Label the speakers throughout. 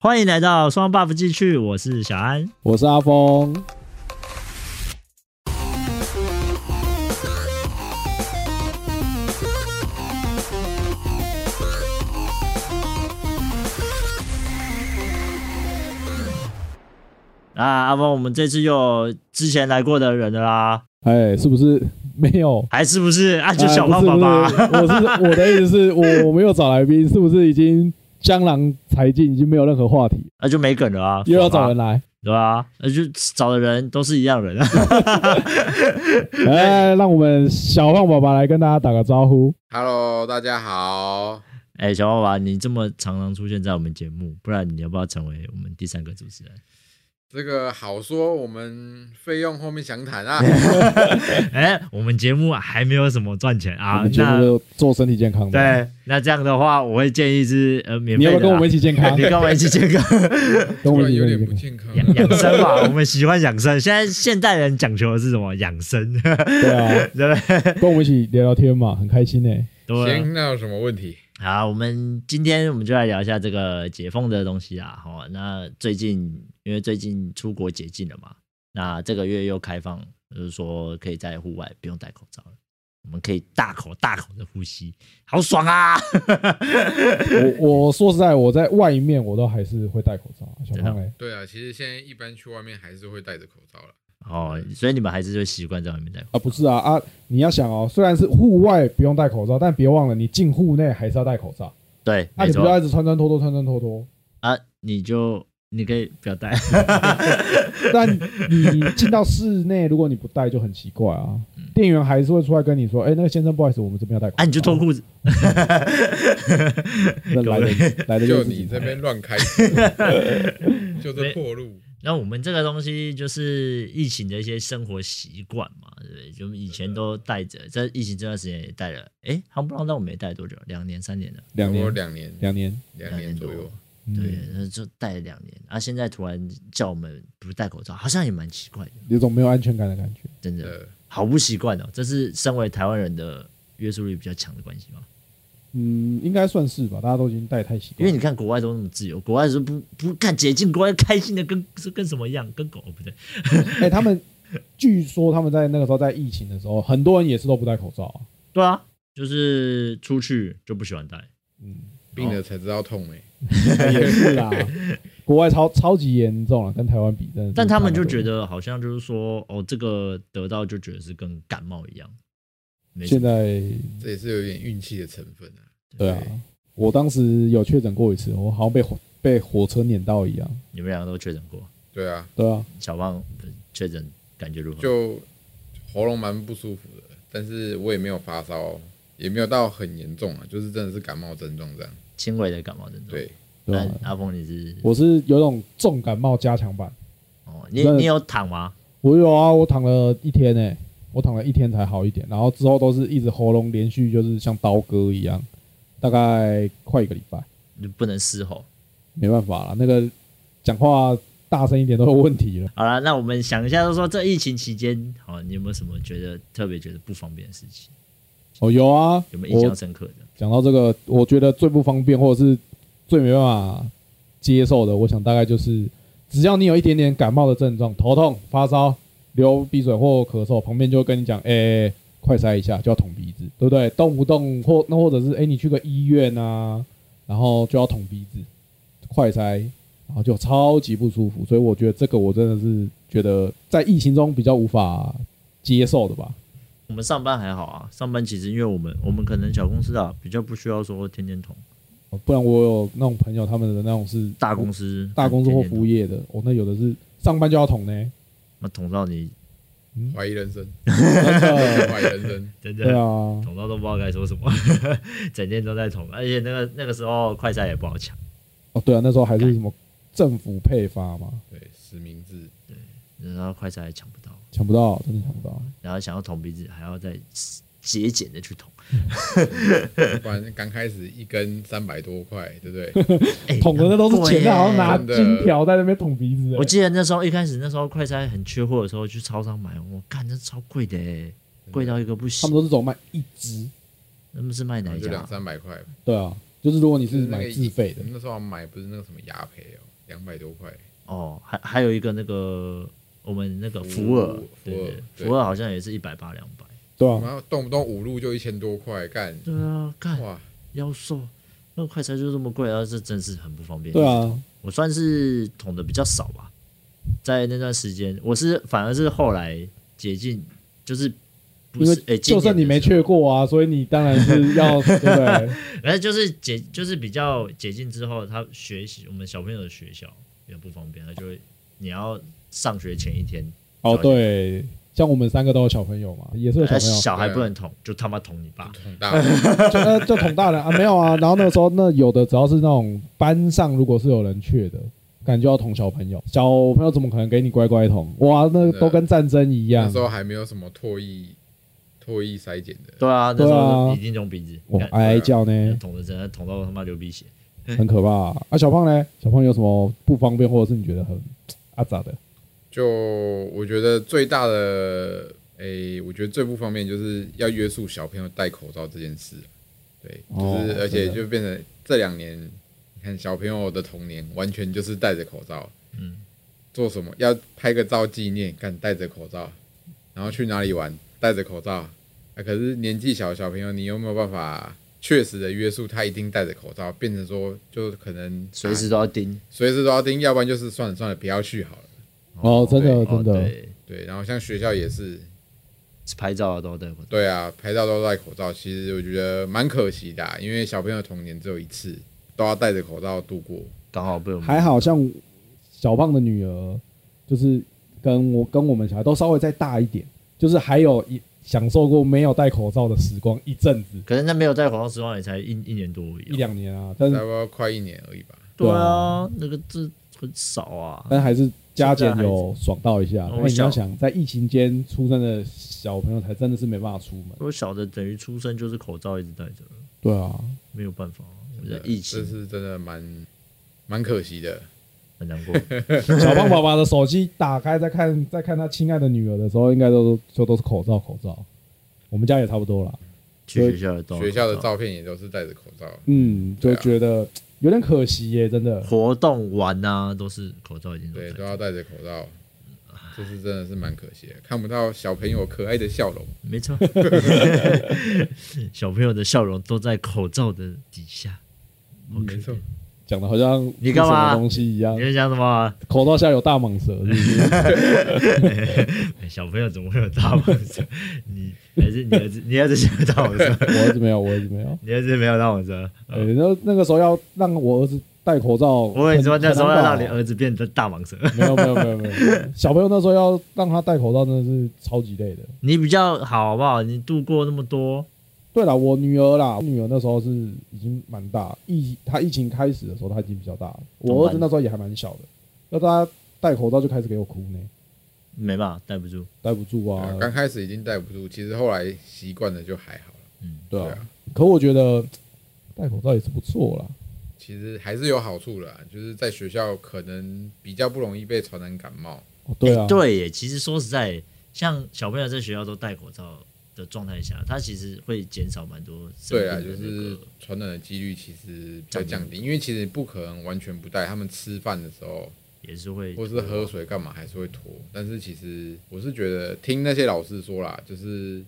Speaker 1: 欢迎来到双 buff 继续，我是小安。
Speaker 2: 我是阿峰。
Speaker 1: 那啊阿峰，我们这次又有之前来过的人了啦，
Speaker 2: 哎，是不是没有？
Speaker 1: 还是不是？啊， 就
Speaker 2: 哎
Speaker 1: 小胖爸爸。
Speaker 2: 不是不是我是我的意思是我我没有找来宾，是不是已经江郎才尽，已经没有任何话题，
Speaker 1: 那、就没梗了啊，
Speaker 2: 又要找
Speaker 1: 好吧
Speaker 2: 人来？
Speaker 1: 对啊，那就找的人都是一样人啊。
Speaker 2: 哎，让我们小胖爸爸来跟大家打个招呼。
Speaker 3: Hello，大家好。
Speaker 1: 哎、小胖爸爸，你这么常常出现在我们节目，不然你要不要成为我们第三个主持人？
Speaker 3: 这个好说，我们费用后面 详谈啊。
Speaker 1: 哎、我们节目还没有什么赚钱
Speaker 2: 我
Speaker 1: 啊
Speaker 2: 们，节目
Speaker 1: 那
Speaker 2: 就做身体健康吧。
Speaker 1: 对，那这样的话，我会建议是呃免
Speaker 2: 你
Speaker 1: 费
Speaker 2: 要
Speaker 1: 的
Speaker 2: 不
Speaker 1: 啦。
Speaker 2: 要跟我们一起 健康
Speaker 1: 你？跟我们一起健康
Speaker 2: 跟我
Speaker 3: 突
Speaker 2: 们
Speaker 3: 然
Speaker 2: 一起
Speaker 3: 有
Speaker 2: 健
Speaker 3: 点
Speaker 2: 康
Speaker 3: 不。健康啊
Speaker 1: 养 养生嘛？我们喜欢养生。现在现代人讲求的是什么？养生，对
Speaker 2: 对啊，
Speaker 1: 不对？
Speaker 2: 跟我们一起聊聊天嘛，很开心呢。
Speaker 1: 对啊。
Speaker 3: 行，那有什么问题？
Speaker 1: 好，我们今天我们就来聊一下这个解封的东西啦。哦，那最近因为最近出国解禁了嘛，那这个月又开放，就是说可以在户外不用戴口罩了。我们可以大口大口的呼吸，好爽啊！
Speaker 2: 我我说实在，我在外面我都还是会戴口罩。小胖哎，
Speaker 3: 对啊，其实现在一般去外面还是会戴着口罩了。
Speaker 1: 哦，所以你们还是就习惯在外面戴口
Speaker 2: 啊不是啊啊，你要想哦，虽然是户外不用戴口罩，但别忘了你进户内还是要戴口罩。
Speaker 1: 罩。对，
Speaker 2: 那、
Speaker 1: 没
Speaker 2: 你不
Speaker 1: 错
Speaker 2: 要一直穿穿脱脱，穿穿 脱脱。
Speaker 1: 啊，你就你可以不要戴。
Speaker 2: 但你进到室内，如果你不戴就很奇怪啊。店员还是会出来跟你说：“哎、那个先生，不好意思，我们这边要戴口罩。”
Speaker 1: 嗯啊，你就脱裤子。
Speaker 2: 那来的来的
Speaker 3: 就是
Speaker 2: 自己
Speaker 3: 你这
Speaker 2: 戴。
Speaker 3: 边乱 开，就这破路。
Speaker 1: 那我们这个东西就是疫情的一些生活习惯嘛，对不对？就以前都带着，在疫情这段时间也带了。哎，夯不啷当我们也带多久？两年、三年了，
Speaker 2: 两
Speaker 3: 差不多
Speaker 2: 年，
Speaker 3: 两年，
Speaker 2: 两年，
Speaker 3: 两年左右。
Speaker 2: 嗯
Speaker 1: 对，那就带了两年。啊，现在突然叫我们不戴口罩，好像也蛮奇怪的，
Speaker 2: 有种没有安全感的感觉。
Speaker 1: 真的
Speaker 3: 呃，
Speaker 1: 好不习惯哦。这是身为台湾人的约束力比较强的关系吗？
Speaker 2: 嗯，应该算是吧，大家都已经戴太习
Speaker 1: 因
Speaker 2: 惯
Speaker 1: 为
Speaker 2: 了。
Speaker 1: 你看国外都那么自由，国外是不不看解禁，国外开心的跟是跟什么一样，跟狗哦不对，
Speaker 2: 哎、他们据说他们在那个时候在疫情的时候，很多人也是都不戴口罩、啊。
Speaker 1: 对啊，就是出去就不喜欢戴。
Speaker 2: 嗯，
Speaker 3: 病了才知道痛哎、
Speaker 2: 也是啦，国外超超级严重啊了，跟台湾比真的是差很多。
Speaker 1: 但他们就觉得好像就是说，哦，这个得到就觉得是跟感冒一样，没什
Speaker 2: 现
Speaker 1: 么
Speaker 2: 在
Speaker 3: 这也是有点运气的成分啊。
Speaker 2: 对啊，我当时有确诊过一次，我好像被火被火车碾到一样。
Speaker 1: 你们两个都确诊过，
Speaker 3: 对啊，
Speaker 2: 对啊，
Speaker 1: 小胖呃确诊感觉
Speaker 2: 嗯
Speaker 1: 如何？
Speaker 3: 就喉咙蛮不舒服的，但是我也没有发烧，也没有到很严重啊，就是真的是感冒症状这样。
Speaker 1: 轻微的感冒症状。，
Speaker 3: 对，
Speaker 2: 对
Speaker 1: 那
Speaker 2: 啊，
Speaker 1: 阿峰你是
Speaker 2: 我是有种重感冒加强版。
Speaker 1: 哦，你
Speaker 2: 那
Speaker 1: 你有躺吗？
Speaker 2: 我有啊，我躺了一天诶、我躺了一天才好一点，然后之后都是一直喉咙连续就是像刀割一样，大概快一个礼拜，
Speaker 1: 你不能嘶吼。
Speaker 2: 没办法了，那个讲话大声一点都有问题了。
Speaker 1: 好了，那我们想一下，就说这疫情期间，好、你有没有什么觉得特别觉得不方便的事情？
Speaker 2: 哦，有啊，
Speaker 1: 有没有印
Speaker 2: 我
Speaker 1: 象深刻的？
Speaker 2: 讲到这个，我觉得最不方便或者是最没办法接受的，我想大概就是，只要你有一点点感冒的症状，头痛、发烧、流鼻水或咳嗽，旁边就会跟你讲，哎、快塞一下，就要捅鼻子，对不对？动不动或那或者是哎、你去个医院啊，然后就要捅鼻子，快塞，然后就超级不舒服。所以我觉得这个我真的是觉得在疫情中比较无法接受的吧。
Speaker 1: 我们上班还好啊，上班其实因为我们我们可能小公司啊，比较不需要说天天捅，
Speaker 2: 不然我有那种朋友，他们的那种是
Speaker 1: 大公司
Speaker 2: 大公司或服务
Speaker 1: 业，
Speaker 2: 业的，哦，那有的是上班就要捅呢，
Speaker 1: 那捅到你
Speaker 3: 怀疑人生，
Speaker 2: 真 的，
Speaker 3: 怀疑人生。
Speaker 1: 真的
Speaker 2: 对啊，
Speaker 1: 捅到都不知道该说什么， 整天都在捅，而且那个那个时候快赛也不好抢，
Speaker 2: 哦对啊，那时候还是什么政府配发嘛，
Speaker 3: 对，实名制。
Speaker 1: 然后快赛也抢不到，
Speaker 2: 抢不到，真的抢不到，
Speaker 1: 然后想要捅鼻子还要再节俭的去捅，
Speaker 3: 不然刚开始一根三百多块，对 不对？
Speaker 1: 哎
Speaker 2: 捅的那都是钱，那好
Speaker 1: 很贵
Speaker 2: 像
Speaker 1: 耶
Speaker 2: 拿
Speaker 3: 真的
Speaker 2: 金条在那边捅鼻子
Speaker 1: 我
Speaker 2: 欸，
Speaker 1: 记得那时候一开始那时候快赛很缺货的时候，去超商买，我看那超贵的耶，贵到一个不
Speaker 2: 他
Speaker 1: 行
Speaker 2: 们。都是走卖一支，
Speaker 1: 他们是卖哪
Speaker 3: 然后
Speaker 1: 一
Speaker 3: 就
Speaker 1: 家
Speaker 3: 两
Speaker 1: 啊？
Speaker 3: 三百块。
Speaker 2: 对啊，就是如果你
Speaker 3: 就是是那
Speaker 2: 买
Speaker 3: 个
Speaker 2: 自费的
Speaker 3: 我，们那时候买不是那个什么牙培哦，两百多块，
Speaker 1: 哦，还还有一个那个我们那个福尔
Speaker 3: 福，
Speaker 1: 对不
Speaker 3: 福
Speaker 1: 对
Speaker 3: 尔，对
Speaker 1: 福尔好像也是一百八两百。
Speaker 2: 对
Speaker 3: 然
Speaker 2: 吧、
Speaker 3: 后动不动五路就一千多块，干
Speaker 1: 对啊，干
Speaker 3: 哇！
Speaker 1: 妖兽那个快餐就这么贵，然后这真是很不方便。
Speaker 2: 对，啊，
Speaker 1: 我算是捅的比较少吧，在那段时间，我是反而是后来解禁，就是不
Speaker 2: 因
Speaker 1: 是
Speaker 2: 为
Speaker 1: 诶，今
Speaker 2: 就算
Speaker 1: 年的
Speaker 2: 你没
Speaker 1: 时候
Speaker 2: 去过啊，所以你当然是要对不对？
Speaker 1: 反正就是解，就是比较解禁之后，他学习我们小朋友的学校也不方便，他就会你要上学前一天，
Speaker 2: 哦，
Speaker 1: 小
Speaker 2: 对，像我们三个都有小朋友嘛，也是有小
Speaker 1: 呃
Speaker 2: 朋友，
Speaker 1: 小孩不能捅，就他妈捅你爸。
Speaker 3: 很 大，
Speaker 2: 就呃就捅大人啊，没有啊。然后那个时候，那有的只要是那种班上如果是有人去的，感觉要捅小朋友，小朋友怎么可能给你乖乖捅？哇，那
Speaker 3: 真的
Speaker 2: 都跟战争一
Speaker 3: 那
Speaker 2: 样
Speaker 3: 时。候还没有什么唾液唾液筛检的，
Speaker 1: 对啊，那时候
Speaker 2: 对啊
Speaker 1: 一定用鼻子，
Speaker 2: 我
Speaker 1: 干
Speaker 2: 哀哀叫呢，
Speaker 1: 捅的真的捅到他妈流鼻血。
Speaker 2: 很可怕啊！啊小胖呢？小胖有什么不方便，或者是你觉得很啊咋的？
Speaker 3: 就我觉得最大的，诶、我觉得最不方便就是要约束小朋友戴口罩这件事。对，就是、
Speaker 2: 哦
Speaker 3: 而且
Speaker 2: 真的
Speaker 3: 就变成这两年，你看小朋友的童年完全就是戴着口罩，
Speaker 1: 嗯，
Speaker 3: 做什么要拍个照纪念，看戴着口罩，然后去哪里玩戴着口罩。啊，可是年纪小的小朋友，你有没有办法确实的约束他一定戴着口罩，变成说就可能啊
Speaker 1: 随时都要盯。
Speaker 3: 随时都要盯，要不然就是算了算了，不要去好了。
Speaker 2: 哦，真的
Speaker 1: 对
Speaker 2: 真
Speaker 1: 哦
Speaker 2: 的，
Speaker 1: 对，
Speaker 3: 对，然后像学校也是，
Speaker 1: 拍照的都戴口罩。
Speaker 3: 对啊，拍照都戴口罩，其实我觉得蛮可惜的啊、因为小朋友童年只有一次，都要戴着口罩度过。
Speaker 1: 刚好被我们
Speaker 2: 还好像小胖的女儿，就是跟我跟我们小孩都稍微再大一点，就是还有一享受过没有戴口罩的时光一阵子。
Speaker 1: 可是那没有戴口罩时光也才一一年多而已哦、
Speaker 2: 一两年啊，但
Speaker 3: 差
Speaker 2: 是
Speaker 3: 不多快一年而已吧。
Speaker 1: 对啊，那个这很少啊。
Speaker 2: 但还是加减有爽到一下。
Speaker 1: 我
Speaker 2: 那你要
Speaker 1: 小
Speaker 2: 想，在疫情间出生的小朋友才真的是没办法出门。
Speaker 1: 我小的等于出生就是口罩一直戴着，
Speaker 2: 对啊，
Speaker 1: 没有办法啊，我在疫
Speaker 3: 这
Speaker 1: 情
Speaker 3: 是真的蛮蛮可惜的。
Speaker 1: 很难 过。
Speaker 2: 小胖爸爸的手机打开在看在看他亲爱的女儿的时候，应该都就都是口罩口罩。我们家也差不多啦，
Speaker 1: 去学校的照，
Speaker 3: 学校的照片也都是戴着口罩，
Speaker 2: 嗯，就
Speaker 3: 对啊
Speaker 2: 觉得有点可惜耶，真的。
Speaker 1: 活动玩啊，都是口罩已经都
Speaker 3: 对，
Speaker 1: 戴
Speaker 3: 都
Speaker 1: 着，
Speaker 3: 要戴着口罩，这是真的是蛮可惜的，看不到小朋友可爱的笑容。
Speaker 1: 没 错。小朋友的笑容都在口罩的底下。
Speaker 3: 没错，
Speaker 2: 讲的好像
Speaker 1: 你干嘛
Speaker 2: 是什么东西一样
Speaker 1: 你，在讲什么啊？
Speaker 2: 口罩下有大蟒蛇，是不是？
Speaker 1: 哎小朋友怎么会有大蟒蛇？ 你还是你儿子？你儿子想大蟒 蛇？
Speaker 2: 我儿子没有，我儿子 没有。
Speaker 1: 你儿子没有大蟒蛇？
Speaker 2: 呃，那那个时候要让我儿子戴口罩，
Speaker 1: 嗯我跟你说，
Speaker 2: 很
Speaker 1: 那时候要
Speaker 2: 很难
Speaker 1: 让
Speaker 2: 搞
Speaker 1: 你儿子变成大蟒蛇。
Speaker 2: 没有没有没有没 有，小朋友那时候要让他戴口罩，真的是超级累的。
Speaker 1: 你比较好，好不好？你度过那么多，
Speaker 2: 对啦，我女儿啦，我女儿那时候是已经蛮大，疫她疫情开始的时候她已经比较大了，我儿子那时候也还蛮小的，要她戴口罩就开始给我哭呢，
Speaker 1: 没办法，待不住。
Speaker 2: 戴不住啊
Speaker 3: 啊，刚开始已经戴不住，其实后来习惯了就还好了。
Speaker 2: 对
Speaker 3: 对
Speaker 2: 啊
Speaker 3: 啊。
Speaker 2: 可我觉得戴口罩也是不错啦，
Speaker 3: 其实还是有好处啦，就是在学校可能比较不容易被传染感冒。
Speaker 2: 哦对啊
Speaker 1: 诶，对耶。其实说实在，像小朋友在学校都戴口罩的状态下，他其实会减少蛮多生
Speaker 3: 对
Speaker 1: 病
Speaker 3: 啊，
Speaker 1: 的
Speaker 3: 就
Speaker 1: 那
Speaker 3: 是
Speaker 1: 个。
Speaker 3: 传染的几率其实比较降低，因为其实不可能完全不戴。他们吃饭的时候，
Speaker 1: 也是会，
Speaker 3: 或是喝水干嘛，还是会脱。但是其实我是觉得，听那些老师说啦，就是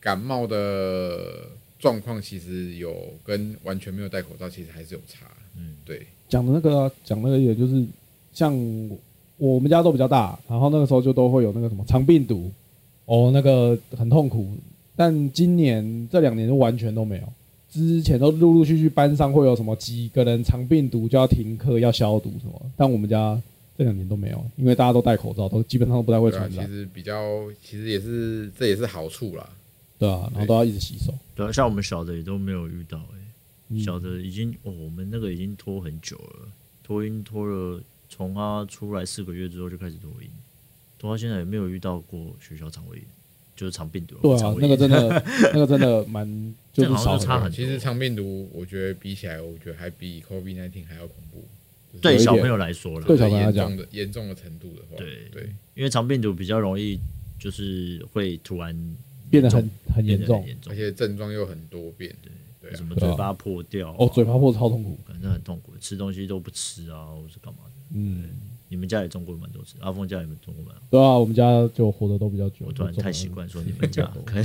Speaker 3: 感冒的状况其实有跟完全没有戴口罩其实还是有差。
Speaker 1: 嗯，
Speaker 3: 对，
Speaker 2: 讲的那个啊讲、那个也就是像我我们家都比较大，然后那个时候就都会有那个什么肠病毒，哦，那个很痛苦。但今年这两年就完全都没有，之前都陆陆续续班上会有什么几个人肠病毒就要停课要消毒什么，但我们家这两年都没有，因为大家都戴口罩，都基本上都不太会
Speaker 3: 对啊，
Speaker 2: 传
Speaker 3: 其
Speaker 2: 染，
Speaker 3: 实比较，其实也是这也是好处啦。
Speaker 2: 对啊，然后都要一直洗手。
Speaker 1: 对啊，像我们小的也都没有遇到、欸，
Speaker 2: 嗯
Speaker 1: 小的已经哦，我们那个已经拖很久了，拖音拖了，从他出来四个月之后就开始拖音，拖到现在也没有遇到过学校肠胃炎，就是肠病毒。
Speaker 2: 对
Speaker 1: 肠
Speaker 2: 啊，
Speaker 1: 胃
Speaker 2: 那
Speaker 1: 炎
Speaker 2: 个真的，那个真的蛮 就是
Speaker 1: 这好
Speaker 2: 少
Speaker 1: 像就差
Speaker 2: 很
Speaker 1: 很
Speaker 2: 多。
Speaker 1: 多
Speaker 3: 其实肠病毒，我觉得比起来，我觉得还比 COVID 1 9还要恐怖。就是
Speaker 1: 对
Speaker 2: 有一点
Speaker 1: 小朋友来说啦，
Speaker 2: 对小朋友来
Speaker 3: 严
Speaker 2: 讲
Speaker 3: 重的严重的程度的话，
Speaker 1: 对
Speaker 3: 对，
Speaker 1: 因为肠病毒比较容易就是会突然
Speaker 2: 变得
Speaker 1: 严重
Speaker 2: 很很
Speaker 1: 变
Speaker 2: 严
Speaker 1: 得
Speaker 2: 重
Speaker 1: 很，严重
Speaker 3: 而。且症状又很多变，对啊
Speaker 1: 什么
Speaker 2: 对
Speaker 1: 嘴
Speaker 2: 啊
Speaker 1: 巴破掉、
Speaker 2: 哦，嘴巴破超痛苦。
Speaker 1: 反正很痛苦，吃东西都不吃啊，或是干嘛的。
Speaker 2: 嗯，
Speaker 1: 你们家也中过蛮多次，阿峰家也中过蛮多次。
Speaker 2: 对啊，我们家就活得都比较久。
Speaker 1: 我突然
Speaker 2: 就中
Speaker 1: 太
Speaker 2: 了
Speaker 1: 习惯说你们家，可能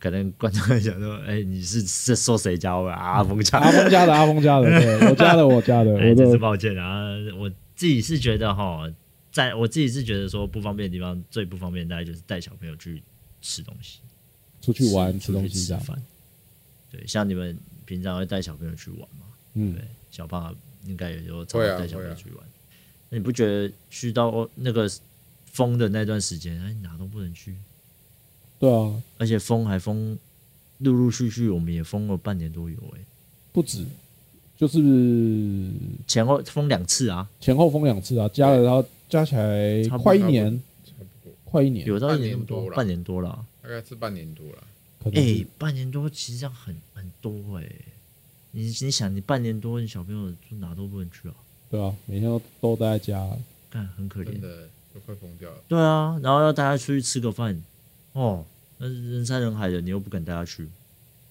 Speaker 1: 可能观众会想说，哎、你是是说谁家我 阿峰家？
Speaker 2: 阿峰家的，阿峰家的，对，我家的，我家的，
Speaker 1: 哎，
Speaker 2: 我
Speaker 1: 真是
Speaker 2: 的，
Speaker 1: 抱歉啊！我自己是觉得哈，在我自己是觉得说不方便的地方，最不方便大概就是带小朋友去吃东西、
Speaker 2: 出去玩
Speaker 1: 出
Speaker 2: 吃
Speaker 1: 去
Speaker 2: 东西这样
Speaker 1: 吃。饭。对，像你们平常会带小朋友去玩嘛？
Speaker 2: 嗯
Speaker 1: 对，，小胖应该也有常
Speaker 3: 会啊
Speaker 1: 常带小朋
Speaker 3: 会
Speaker 1: 友
Speaker 3: 啊
Speaker 1: 去玩。那你不觉得去到哦那个风的那段时间，哎，哪都不能去，
Speaker 2: 对啊，
Speaker 1: 而且封还封，陆陆续续我们也封了半年多有哎、
Speaker 2: 不止，就是
Speaker 1: 前后封两次啊，
Speaker 2: 前后封两次啊，加了然后加起来
Speaker 1: 差不多
Speaker 2: 快一年，
Speaker 3: 差不多，
Speaker 2: 快一年，
Speaker 1: 有到一
Speaker 3: 半
Speaker 1: 年那
Speaker 3: 年
Speaker 1: 么
Speaker 3: 多
Speaker 1: 多，
Speaker 3: 了
Speaker 1: 半年多了啊。
Speaker 3: 大概是半年多了。
Speaker 2: 可能
Speaker 1: 哎、
Speaker 2: 是
Speaker 1: 半年多其实这样很很多哎、你你想，你半年多，你小朋友就哪都不能去啊，
Speaker 2: 对啊，每天都都待在家，
Speaker 1: 干很可
Speaker 3: 真
Speaker 1: 怜。
Speaker 3: 的都快疯掉了。
Speaker 1: 对啊，然后要带他出去吃个饭，哦，那人山人海的，你又不敢带他去，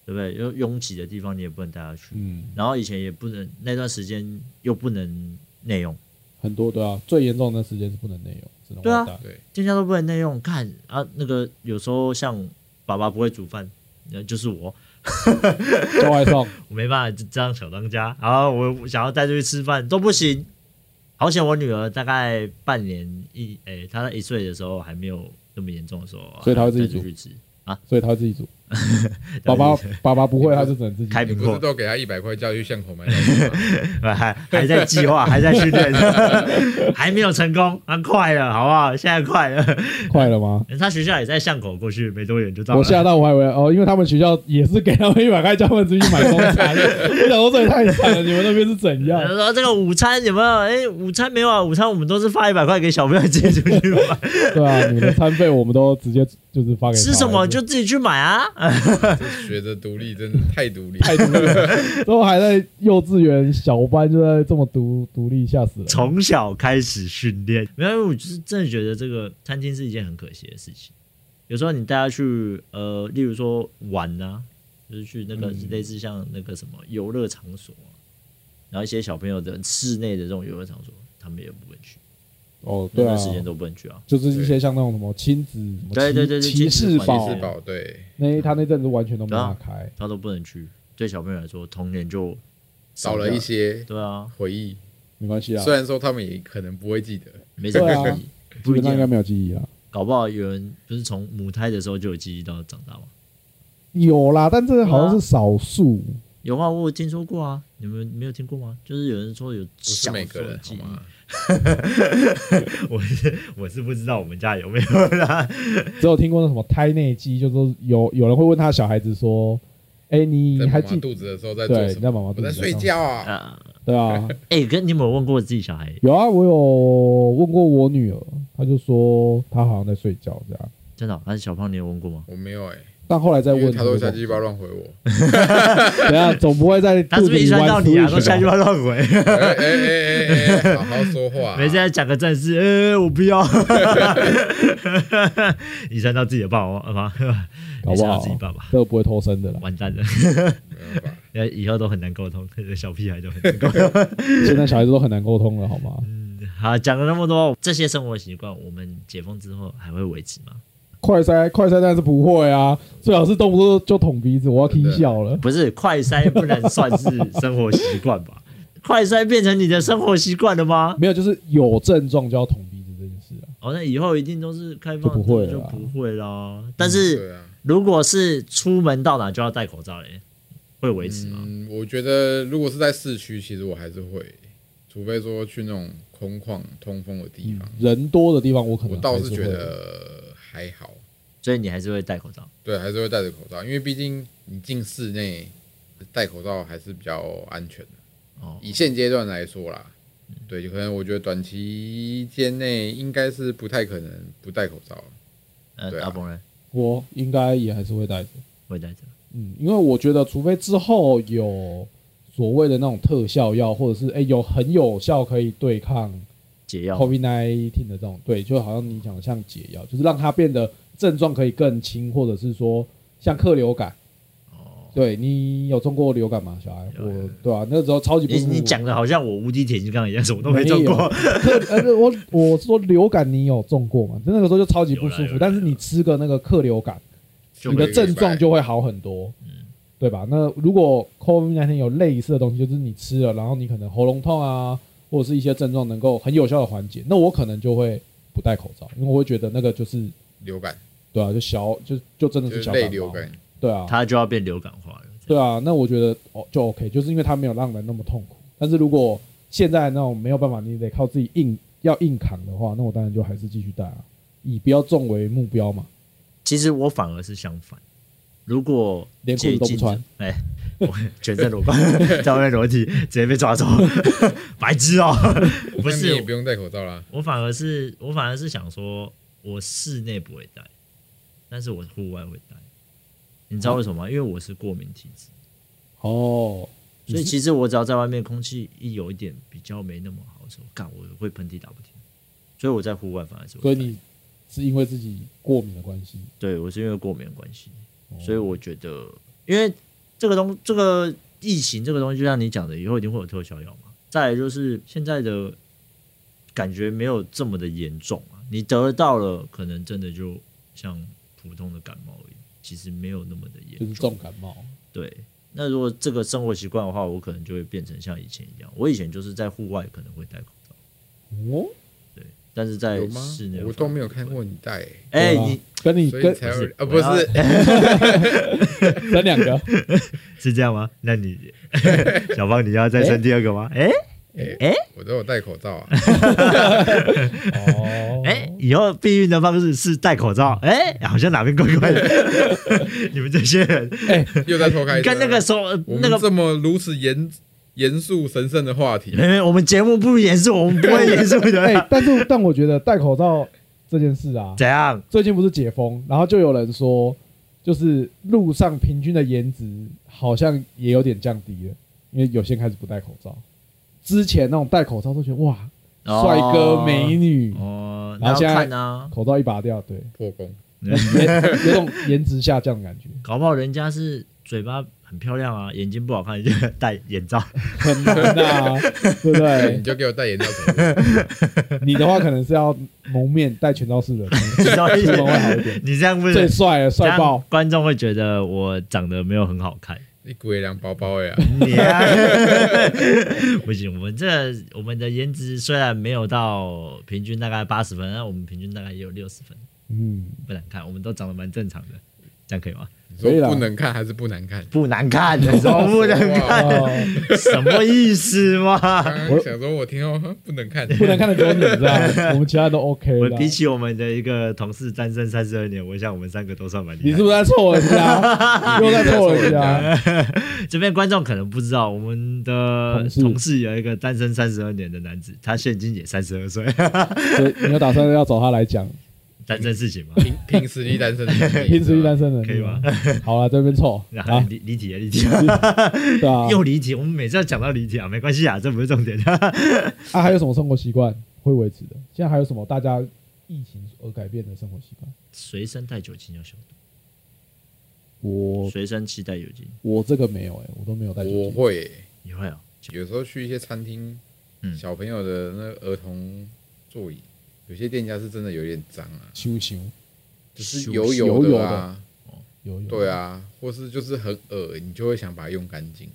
Speaker 1: 对不对？又拥挤的地方你也不能带他去，
Speaker 2: 嗯，
Speaker 1: 然后以前也不能那段时间又不能内用，
Speaker 2: 很多对啊，最严重的时间是不能内用，只能
Speaker 1: 对啊
Speaker 2: 外带，
Speaker 3: 对，
Speaker 1: 店家都不能内用，看啊，那个有时候像爸爸不会煮饭，呃，就是我，
Speaker 2: 叫外送，
Speaker 1: 我没办法这样小当家，然后我想要带出去吃饭都不行。好险，我女儿大概半年一，诶、她在一岁的时候还没有那么严重的时候，
Speaker 2: 所以她会自己
Speaker 1: 带出
Speaker 2: 煮
Speaker 1: 去吃，
Speaker 2: 所以他会自 己煮。爸爸爸爸不会，他就只能自己
Speaker 1: 开
Speaker 2: 煮
Speaker 3: 你
Speaker 1: 瓶
Speaker 3: 不
Speaker 1: 扣
Speaker 3: 是，都给他一百块叫去巷口买东西吗？
Speaker 1: 还还在计 划，还在训练， 还没有成功，啊，快了，好不好？现在快了，
Speaker 2: 快了吗？
Speaker 1: 她学校也在巷口，过去没多远就到了。
Speaker 2: 我吓到，我还以为哦，因为他们学校也是给他们一百块，叫他们自己买中 餐。我想说这也太惨了，你们那边是啊怎样
Speaker 1: 然？后这个午餐有没有？哎、午餐没有啊，午餐我们都是发一百块给小朋友自己出去买，
Speaker 2: 对啊，你们的餐费我们都直接就是发给
Speaker 1: 吃
Speaker 2: 他
Speaker 1: 什么就自己去买啊。
Speaker 3: 这学着独立真的太独立，
Speaker 2: 太独立 了，都还在幼稚园小班就在这么独独立，吓死人。
Speaker 1: 从小开始训练，没有，因为我就是真的觉得这个餐厅是一件很可惜的事情。有时候你带他去，呃，例如说玩啊，就是去那个
Speaker 2: 嗯
Speaker 1: 类似像那个什么游乐场所、啊，然后一些小朋友的室内的这种游乐场所，他们也不会去，
Speaker 2: 哦，
Speaker 1: 那
Speaker 2: 对
Speaker 1: 段
Speaker 2: 啊，
Speaker 1: 时间都不能去啊。
Speaker 2: 就是一些像那种什么亲子什么
Speaker 1: 对对对对
Speaker 2: 骑
Speaker 1: 亲
Speaker 2: 骑
Speaker 1: 子
Speaker 2: 士
Speaker 1: 环
Speaker 2: 堡
Speaker 1: 节
Speaker 3: 吃饱对，
Speaker 2: 那他那阵子完全都没
Speaker 1: 对啊
Speaker 2: 打开，
Speaker 1: 他都不能去，对小朋友来说，童年就
Speaker 3: 少了一。些
Speaker 1: 对啊，
Speaker 3: 回忆。
Speaker 2: 没关系啊，
Speaker 3: 虽然说他们也可能不会记得，
Speaker 1: 没什么
Speaker 2: 对啊
Speaker 1: 意义，
Speaker 2: 基
Speaker 1: 不一
Speaker 2: 本上应该
Speaker 1: 定。
Speaker 2: 没有记忆啊。
Speaker 1: 搞不好有人不是从母胎的时候就有记忆到长大吗？
Speaker 2: 有啦，但这个好像是少数，
Speaker 1: 有啊，我有听说过啊，你们没有听过吗？就是有人说有
Speaker 3: 不是
Speaker 1: 小
Speaker 3: 每个
Speaker 1: 时候的
Speaker 3: 人好
Speaker 1: 记忆
Speaker 3: 吗？
Speaker 1: 我是 我是不知道我们家有没有啦。
Speaker 2: 只有听过那什么胎内记忆，就是说有有人会问他小孩子说：“哎，你
Speaker 3: 在
Speaker 2: 还
Speaker 3: 妈
Speaker 2: 记
Speaker 3: 妈肚子的时候在做
Speaker 2: 对
Speaker 3: 什
Speaker 2: 你
Speaker 3: 么？
Speaker 2: 在妈妈
Speaker 3: 我
Speaker 2: 肚
Speaker 3: 在
Speaker 2: 子
Speaker 3: 睡
Speaker 2: 上
Speaker 3: 觉啊。
Speaker 1: 啊，
Speaker 2: 对啊，
Speaker 1: 哎、跟你有没有问过自己小孩
Speaker 2: 有啊，我有问过我女儿，她就说她好像在睡觉这样，
Speaker 1: 真的哦、还是小胖，你有问过吗？
Speaker 3: 我没有哎，
Speaker 2: 但后来再
Speaker 3: 因为
Speaker 2: 问
Speaker 3: 他都
Speaker 2: 就
Speaker 3: 下
Speaker 2: 忘
Speaker 3: 鸡巴乱回我。
Speaker 2: 等一下总不会在
Speaker 1: 他
Speaker 2: 肚
Speaker 1: 是
Speaker 2: 子
Speaker 1: 不是遗
Speaker 2: 里
Speaker 1: 传
Speaker 2: 玩
Speaker 1: 到你啊？
Speaker 2: Switch
Speaker 1: 都下去
Speaker 2: 吧
Speaker 1: 乱乱回，
Speaker 3: 哎哎哎哎哎，好好说话啊。
Speaker 1: 没事，再讲个正 事。呃、我不要。遗传到自己的爸爸妈妈，
Speaker 2: 搞
Speaker 1: 遗
Speaker 2: 不
Speaker 1: 传到
Speaker 2: 好
Speaker 1: 自己爸爸，
Speaker 2: 这个不会偷生的啦。
Speaker 1: 完蛋了，
Speaker 3: 没办法，
Speaker 1: 以后都很难沟通， 小屁孩都很难沟通。
Speaker 2: 现在小孩子都很难沟通了，好吗？
Speaker 1: 好，讲了那么多，这些生活习惯，我们解封之后还会维持吗？
Speaker 2: 快塞快塞，但是不会啊，最好是动不动就捅鼻子，我要听笑
Speaker 3: 嗯
Speaker 2: 了。
Speaker 1: 不是，快筛不能算是生活习惯吧？快筛变成你的生活习惯了吗？
Speaker 2: 没有，就是有症状就要捅鼻子这件事啊。
Speaker 1: 哦，那以后一定都是开放的，
Speaker 2: 就不会了嗯
Speaker 1: 就
Speaker 2: 啦
Speaker 1: 不会啦。但是
Speaker 3: 对啊。
Speaker 1: 如果是出门到哪就要戴口罩嘞，会维持吗？
Speaker 3: 嗯，我觉得如果是在市区，其实我还是会，除非说去那种空旷通风的地方，
Speaker 2: 人多的地方，嗯我可能
Speaker 3: 嗯我倒
Speaker 2: 还
Speaker 3: 是
Speaker 2: 是
Speaker 3: 觉
Speaker 2: 会
Speaker 3: 得还好。
Speaker 1: 所以你还是会戴口罩。
Speaker 3: 对，还是会戴着口罩，因为毕竟你进室内戴口罩还是比较安全的。
Speaker 1: 哦，
Speaker 3: 以现阶段来说啦，
Speaker 2: 嗯
Speaker 3: 对，有可能我觉得短期间内应该是不太可能不戴口罩。
Speaker 1: 呃
Speaker 3: 对，啊
Speaker 1: 大鹏人
Speaker 2: 我应该也还是会戴着。
Speaker 1: 会戴着。
Speaker 2: 嗯，因为我觉得，除非之后有所谓的那种特效药，或者是哎、有很有效可以对抗
Speaker 1: 解药
Speaker 2: COVID nineteen 的这种，对，就好像你讲的像解药，就是让它变得症状可以更轻，或者是说像克流感。
Speaker 1: 哦，
Speaker 2: 对你有中过流感吗？小孩，
Speaker 1: 有有
Speaker 2: 我对啊，那时候超级不
Speaker 1: 你
Speaker 2: 舒服。
Speaker 1: 你讲的好像我无敌铁金刚一样，什么都
Speaker 2: 没
Speaker 1: 没
Speaker 2: 有
Speaker 1: 做过。
Speaker 2: 特 呃，我我说流感你有中过吗？那个时候就超级不舒
Speaker 1: 有啦有
Speaker 2: 服
Speaker 1: 啦，
Speaker 2: 但是你吃个那个克流感，
Speaker 1: 就
Speaker 2: 你
Speaker 1: 没
Speaker 2: 的
Speaker 3: 有嗯
Speaker 2: 症状就会好很多，对吧？那如果 COVID 那天有类似的东西，就是你吃了，然后你可能喉咙痛啊，或者是一些症状能够很有效的缓解，那我可能就会不戴口罩，因为我会觉得那个就是
Speaker 3: 流感
Speaker 2: 对啊，就小就就真的
Speaker 3: 就是是
Speaker 2: 小
Speaker 3: 类
Speaker 2: 感
Speaker 3: 流
Speaker 2: 冒，
Speaker 3: 感，
Speaker 2: 对啊，
Speaker 1: 它就要变流感化了。
Speaker 2: 对啊，那我觉得哦就 OK，就是因为它没有让人那么痛苦。但是如果现在那种没有办法，你得靠自己硬要硬扛的话，那我当然就还是继续戴啊，以不要中为目标嘛。
Speaker 1: 其实我反而是相反，如果
Speaker 2: 连裤子都不穿
Speaker 1: 借镜子，哎、我全身裸光， 在外面裸体，直接被抓走， 白痴哦、不
Speaker 3: 那你也
Speaker 1: 是
Speaker 3: 不，用戴口罩啦。
Speaker 1: 我反而是我反而是想说，我室内不会戴，但是我户外会戴。你知道为什么吗？因为我是过敏体质，
Speaker 2: 哦，
Speaker 1: 所以其实我只要在外面空气一有一点比较没那么好的时候，干我会喷嚏打不停，所以我在户外反而是会
Speaker 2: 所以
Speaker 1: 戴
Speaker 2: 你是因为自己过敏的关系，
Speaker 1: 对我是因为过敏的关系，
Speaker 2: 哦
Speaker 1: 所以我觉得，因为这个东这个疫情这个东西，就像你讲的，以后一定会有特效药嘛。再来就是现在的感觉没有这么的严重啊，你得到了，可能真的就像普通的感冒而已，其实没有那么的
Speaker 2: 就是
Speaker 1: 严重。
Speaker 2: 重感冒。
Speaker 1: 对，那如果这个生活习惯的话，我可能就会变成像以前一样。我以前就是在户外可能会戴口罩，
Speaker 2: 哦，
Speaker 1: 对，但是在
Speaker 3: 有吗
Speaker 1: 室内？
Speaker 3: 我
Speaker 1: 反
Speaker 3: 都
Speaker 1: 而
Speaker 3: 没有
Speaker 1: 不
Speaker 3: 看
Speaker 1: 会。
Speaker 3: 过你戴、欸，
Speaker 1: 哎、
Speaker 2: 对啊
Speaker 1: 你
Speaker 2: 跟你
Speaker 3: 所以
Speaker 2: 跟
Speaker 3: 才
Speaker 1: 不
Speaker 3: 有
Speaker 1: 是
Speaker 3: 啊，不
Speaker 1: 我要
Speaker 3: 是
Speaker 2: 跟两个，哦
Speaker 1: 是这样吗？那你 小芳，你要再生第二个吗？哎、
Speaker 3: 我都有戴口罩啊。
Speaker 2: 哦，
Speaker 1: 哎、以后避孕的方式是戴口罩。哎、好像哪边怪 怪的。你们这些人
Speaker 3: 又在偷
Speaker 2: 哎
Speaker 3: 开车。
Speaker 1: 跟那个说
Speaker 3: 我
Speaker 1: 那
Speaker 3: 们
Speaker 1: 个，
Speaker 3: 这么如此严严肃神圣的话题，
Speaker 1: 没没，哎我们节目不严肃，我们不会 严肃的。
Speaker 2: 哎，但是但我觉得戴口罩这件事啊，
Speaker 1: 怎样？
Speaker 2: 最近不是解封，然后就有人说，就是路上平均的颜值好像也有点降低了，因为有些人开始不戴口罩。之前那种戴口罩都觉得哇，帅哥美女，
Speaker 1: 哦，
Speaker 2: 然
Speaker 1: 然
Speaker 2: 后
Speaker 1: 后
Speaker 2: 现在
Speaker 1: 看啊，
Speaker 2: 口罩一拔掉，对，
Speaker 3: 破功。
Speaker 2: 颜有种颜值下降的感觉，
Speaker 1: 搞不好人家是嘴巴很漂亮啊，眼睛不好看就戴眼 罩。
Speaker 2: 很难 啊，对不
Speaker 3: 你
Speaker 2: 对？
Speaker 3: 就给我戴眼罩走路，
Speaker 2: 你的话可能是要蒙面戴全罩式的，
Speaker 1: 你知道意
Speaker 2: 可
Speaker 1: 思
Speaker 2: 能会好
Speaker 1: 吗
Speaker 2: 一点。
Speaker 1: 你这样不
Speaker 2: 最
Speaker 1: 是
Speaker 2: 帅了，
Speaker 1: 这
Speaker 2: 帅
Speaker 1: 样
Speaker 2: 爆！
Speaker 1: 观众会觉得我长得没有很好看。
Speaker 3: 你鬼两包包呀、
Speaker 1: 你啊， 不行，我们这我们的颜值虽然没有到平均大概八十分，但我们平均大概也有六十分，
Speaker 2: 嗯，
Speaker 1: 不难看，我们都长得蛮正常的，这样可以吗？
Speaker 3: 你
Speaker 2: 可以啦
Speaker 3: 说不能看还是不难看？
Speaker 1: 不难看，什么 不能
Speaker 3: 哇
Speaker 1: 看？
Speaker 2: 哦，
Speaker 1: 什么意思 嘛？
Speaker 3: 刚
Speaker 2: 我
Speaker 3: 刚想说，我听到哼不能看，
Speaker 2: 不能看的只有你，知道 吗？我们其他都 OK
Speaker 1: 我
Speaker 2: 的。啊
Speaker 1: 比起我们的一个同事单身三十二年，我想我们三个都算蛮
Speaker 2: 你
Speaker 1: 厉害
Speaker 2: 是不
Speaker 1: 的。
Speaker 2: 是在凑 人家？又在凑人
Speaker 3: 人
Speaker 2: 家？
Speaker 3: 家。
Speaker 1: 这边观众可能不知道，我们的
Speaker 2: 同事
Speaker 1: 同事有一个单身三十二年的男子，他现今也三十 二岁，
Speaker 2: 所以你有打算要找他来讲
Speaker 1: 单身事情吗？
Speaker 3: 凭凭实力 单身的能力，
Speaker 2: 拼实力单身的
Speaker 1: 可以吗？？
Speaker 2: 好了，这边 凑
Speaker 1: 啊
Speaker 2: 啊，
Speaker 1: 离离题了，离题了。
Speaker 2: 对啊。
Speaker 1: 又离题，我们每次要讲到离题啊，没关系啊，这不是重点。哎、
Speaker 2: 啊，还有什么生活习惯会维持的？现在还有什么大家疫情而改变的生活习惯？
Speaker 1: 随身带酒精要消毒，
Speaker 2: 我
Speaker 1: 随身携带酒精
Speaker 2: 我这个没有哎、我都没有带酒
Speaker 3: 我
Speaker 2: 精。
Speaker 3: 会、
Speaker 1: 也会啊。
Speaker 3: 有时候去一些餐厅，
Speaker 1: 嗯
Speaker 3: 小朋友的那个儿童座椅，有些店家是真的有点脏啊，
Speaker 2: 修修
Speaker 3: 就是
Speaker 1: 是
Speaker 3: 油
Speaker 2: 油
Speaker 3: 油
Speaker 2: 油
Speaker 3: 的啊，
Speaker 2: 有有
Speaker 3: 对，啊，或是就是很恶，你就会想把它用干净。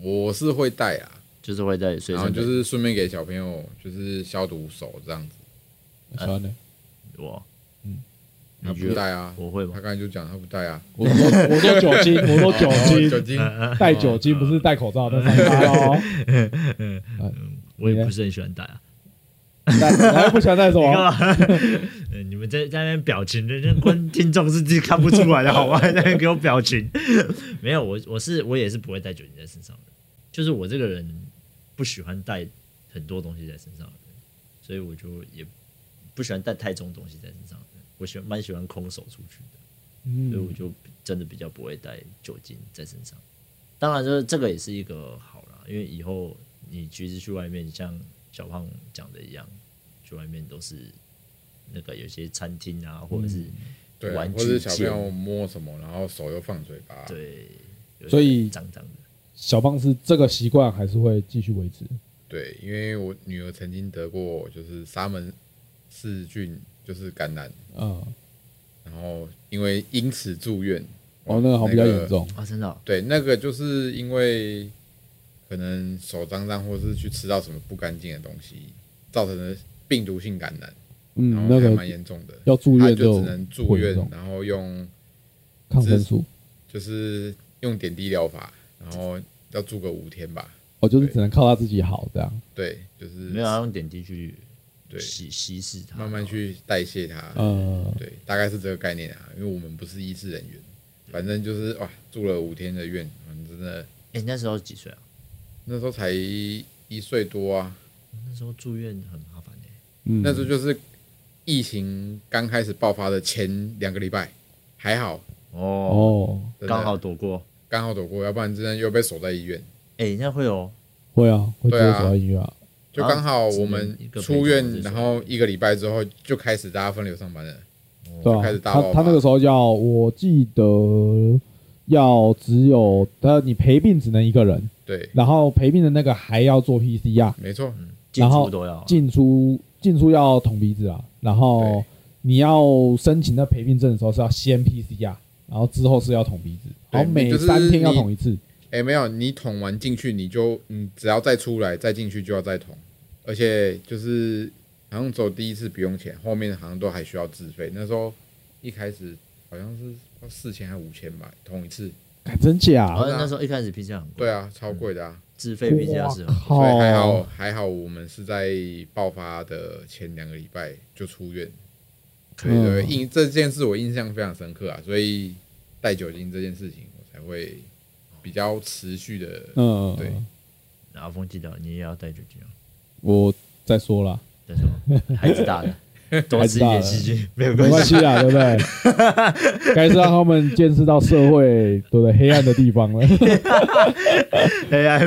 Speaker 3: 我是会带啊，
Speaker 1: 就是会在随
Speaker 3: 然后
Speaker 1: 身，
Speaker 3: 就是顺便给小朋友就是消毒手这样子，
Speaker 2: 喜欢的。
Speaker 1: 我，
Speaker 2: 嗯
Speaker 3: 他
Speaker 1: 你觉
Speaker 3: 不
Speaker 1: 得
Speaker 3: 带啊，
Speaker 1: 我会
Speaker 3: 他
Speaker 1: 吗？
Speaker 3: 刚才就讲他不带啊，
Speaker 2: 我说我说酒精，我说 酒
Speaker 3: 哦酒
Speaker 2: 精，
Speaker 3: 精，
Speaker 1: 嗯
Speaker 2: 带酒精不是戴口罩，那三八哦。
Speaker 1: 我也不是很喜欢戴啊。
Speaker 2: 戴然后不想戴什哦
Speaker 1: 你 干
Speaker 3: 啊
Speaker 2: 么？
Speaker 1: 嘛？ 呃你们在在那边表情，人家观听众是自己看不出来的，好吗？在 那边给我表情， 没有，我我是我也是不会带酒精在身上的，就是我这个人不喜欢带很多东西在身上的人，所以我就也不喜欢带太重东西在身上的人我喜欢蛮喜欢空手出去的，所以我
Speaker 2: 嗯，
Speaker 1: 就真的比较不会带酒精在身上。当然，就是这个也是一个好啦，因为以后你其实去外面，像小胖讲的一样，去外面都是那个有些餐厅啊，或者是、
Speaker 3: 对啊，
Speaker 1: 玩具
Speaker 3: 或者是小朋
Speaker 1: 戒
Speaker 3: 友摸什么，然后手又放嘴巴，
Speaker 1: 对有点
Speaker 2: 所以
Speaker 1: 脏脏的，
Speaker 2: 小棒是这个习惯还是会继续维持。
Speaker 3: 对，因为我女儿曾经得过就是沙门氏菌就是感染，
Speaker 2: 嗯，
Speaker 3: 然后因为因此住院。
Speaker 2: 哦，那个好像比较
Speaker 3: 那个
Speaker 2: 严重。
Speaker 1: 哦，真的哦
Speaker 3: 对，那个就是因为可能手脏脏，或是去吃到什么不干净的东西，造成的病毒性感染，然
Speaker 2: 嗯，
Speaker 3: 后
Speaker 2: 那
Speaker 3: 还蛮
Speaker 2: 个
Speaker 3: 严重的。
Speaker 2: 要住
Speaker 3: 他
Speaker 2: 院
Speaker 3: 就
Speaker 2: 就
Speaker 3: 只能住
Speaker 2: 会严
Speaker 3: 院
Speaker 2: 重，
Speaker 3: 然后用
Speaker 2: 抗生素。
Speaker 3: 就是用点滴疗法，然后要住个五天吧。
Speaker 2: 哦，就是
Speaker 3: 对
Speaker 2: 只能靠他自己好这样。
Speaker 3: 对，就是
Speaker 1: 没有啊要用点滴去
Speaker 3: 对，
Speaker 1: 稀稀释它，
Speaker 3: 慢慢去代谢它。
Speaker 2: 呃，
Speaker 3: 对，大概是这个概念啊，因为我们不是医师人员，反正就是哇，住了五天的院，嗯真的
Speaker 1: 哎、你那时候几岁啊？
Speaker 3: 那时候才一岁多啊，
Speaker 1: 那时候住院很麻烦哎、
Speaker 2: 嗯，
Speaker 3: 那时候就是疫情刚开始爆发的前两个礼拜，还好
Speaker 1: 哦，
Speaker 2: 哦，
Speaker 3: 真的
Speaker 1: 刚好躲过。
Speaker 3: 刚好躲过，要不然真的又被锁在医院。
Speaker 1: 哎、那会有
Speaker 2: 会啊，会接
Speaker 3: 对啊
Speaker 2: 手到医院啊。
Speaker 3: 就
Speaker 1: 然后
Speaker 3: 刚好
Speaker 1: 只
Speaker 3: 我
Speaker 1: 能
Speaker 3: 们
Speaker 1: 一个陪
Speaker 3: 出
Speaker 1: 同
Speaker 3: 院，
Speaker 1: 是
Speaker 3: 然
Speaker 1: 说
Speaker 3: 后一个礼拜之后就开始大家分流上班了。
Speaker 2: 对啊
Speaker 3: 就开始，大
Speaker 2: 他
Speaker 3: 爆
Speaker 2: 他
Speaker 3: 发
Speaker 2: 那个时候要，我记得要只有他你陪病只能一个人，
Speaker 3: 对，
Speaker 2: 然后陪病的那个还要做 PCR，
Speaker 3: 没错，
Speaker 1: 进
Speaker 2: 然后
Speaker 1: 出都要啊、
Speaker 2: 进出进出要捅鼻子啊，然后
Speaker 3: 对
Speaker 2: 你要申请那陪病证的时候是要先 PCR，然后之后是要捅鼻子，
Speaker 3: 对
Speaker 2: 然后每
Speaker 3: 就是
Speaker 2: 三天要
Speaker 3: 你
Speaker 2: 捅一次。
Speaker 3: 哎、没有，你捅完进去，你就你只要再出来，再进去就要再捅，而且就是好像走第一次不用钱，后面好像都还需要自费。那时候一开始好像是要四千还五千吧，捅一次。
Speaker 2: 干真假？啊
Speaker 3: 啊
Speaker 1: 好像那时候一开始 PCR 很贵，
Speaker 3: 对啊，超贵的啊，
Speaker 1: 自费 PCR 是很贵
Speaker 2: 靠
Speaker 3: 所以还好还好，我们是在爆发的前两个礼拜就出院。对
Speaker 2: 嗯
Speaker 3: 对，印这件事我印象非常深刻啊，所以带酒精这件事情，我才会比较持续的。
Speaker 2: 嗯，
Speaker 3: 对，
Speaker 1: 然后风纪疗你也要带酒精啊，
Speaker 2: 我再说了，
Speaker 1: 但是我孩子大 了，多吃一点细菌没有
Speaker 2: 没
Speaker 1: 关
Speaker 2: 关
Speaker 1: 系。
Speaker 2: 系啊，对不对？ 该是让他们见识到社会对不对黑暗的地 方了，
Speaker 1: 哎呀，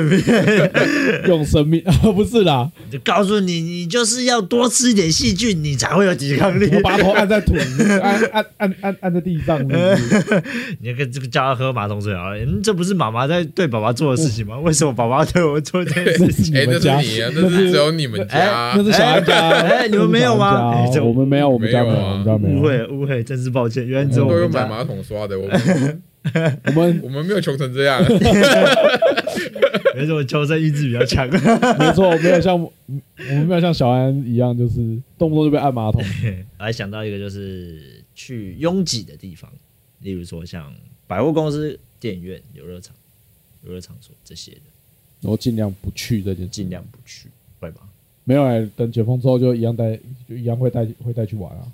Speaker 2: 用生命 不是啦，
Speaker 1: 就告诉你，你就是要多吃一点细菌，你才会有抵抗力。
Speaker 2: 我把头按在土，按按按按按在地上， 是不是
Speaker 1: 你跟这个叫他喝马桶水好了，嗯，这不是妈妈在对爸爸做的事情 吗？为什么爸爸对我做这件事？
Speaker 2: 那是你
Speaker 3: 哎、那
Speaker 2: 们家，
Speaker 3: 是你啊，那是只有你们家啊、
Speaker 2: 那是小安家，
Speaker 1: 哎哎你们没有吗 哎
Speaker 2: 那是小安家
Speaker 1: 这
Speaker 2: 哦我们没有，我们家没有，
Speaker 3: 没有啊
Speaker 2: 我们家没
Speaker 1: 误
Speaker 2: 有，
Speaker 1: 会误会，真是抱歉，原来只有
Speaker 3: 都
Speaker 1: 我
Speaker 3: 有
Speaker 1: 们
Speaker 3: 买
Speaker 1: 家。
Speaker 3: 马桶刷的，我们
Speaker 2: 我们
Speaker 3: 我们没有穷成这样。
Speaker 1: 没错，求生意志比较强。
Speaker 2: 没错，没有像我们没有像小安一样，就是动不动就被按马桶，
Speaker 1: 我还想到一个，就是去拥挤的地方，例如说像百货公司、电影院、游乐场、游乐场所这些的，
Speaker 2: 我尽量不去这件事，
Speaker 1: 尽量不去，会吗？
Speaker 2: 没有哎，等解封之后就一样带，就一样会带会带去玩啊，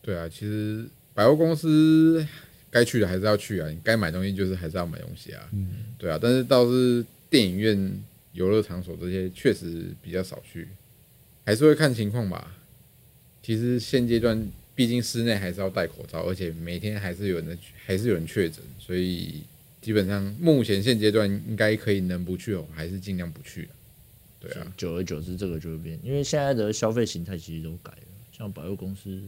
Speaker 3: 对啊，其实百货公司该去的还是要去啊，你该买东西就是还是要买东西啊。
Speaker 2: 嗯，
Speaker 3: 对啊，但是倒是电影院、游乐场所这些确实比较少去，还是会看情况吧。其实现阶段，毕竟室内还是要戴口罩，而且每天还是有人的还是有人确诊，所以基本上目前现阶段应该可以能不去哦，还是尽量不去啊、对啊，
Speaker 1: 久而久之，这个就会变，因为现在的消费形态其实都改了，像百货公司，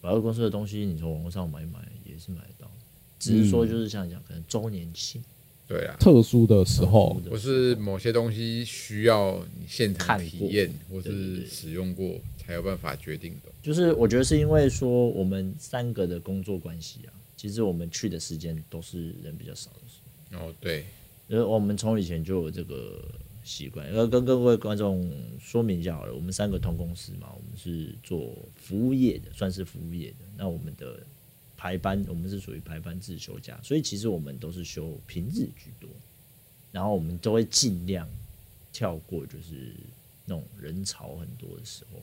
Speaker 1: 百货公司的东西，你从网络上买一买也是买得到，只是
Speaker 3: 嗯
Speaker 1: 说就是像你讲，可能周年庆
Speaker 3: 对啊。
Speaker 2: 特殊的时候，
Speaker 3: 或哦是某些东西需要你现场
Speaker 1: 看过
Speaker 3: 体验或
Speaker 1: 对对
Speaker 3: 是
Speaker 1: 对
Speaker 3: 使用过才有办法决定的。
Speaker 1: 就是我觉得是因为说我们三个的工作关系啊，其实我们去的时间都是人比较少的时候，
Speaker 3: 哦，对，
Speaker 1: 呃，我们从以前就有这个习惯。要跟各位观众说明一下好了，我们三个同公司嘛，我们是做服务业的，算是服务业的。那我们的排班，我们是属于排班制休假，所以其实我们都是休平日居多，然后我们都会尽量跳过就是那种人潮很多的时候，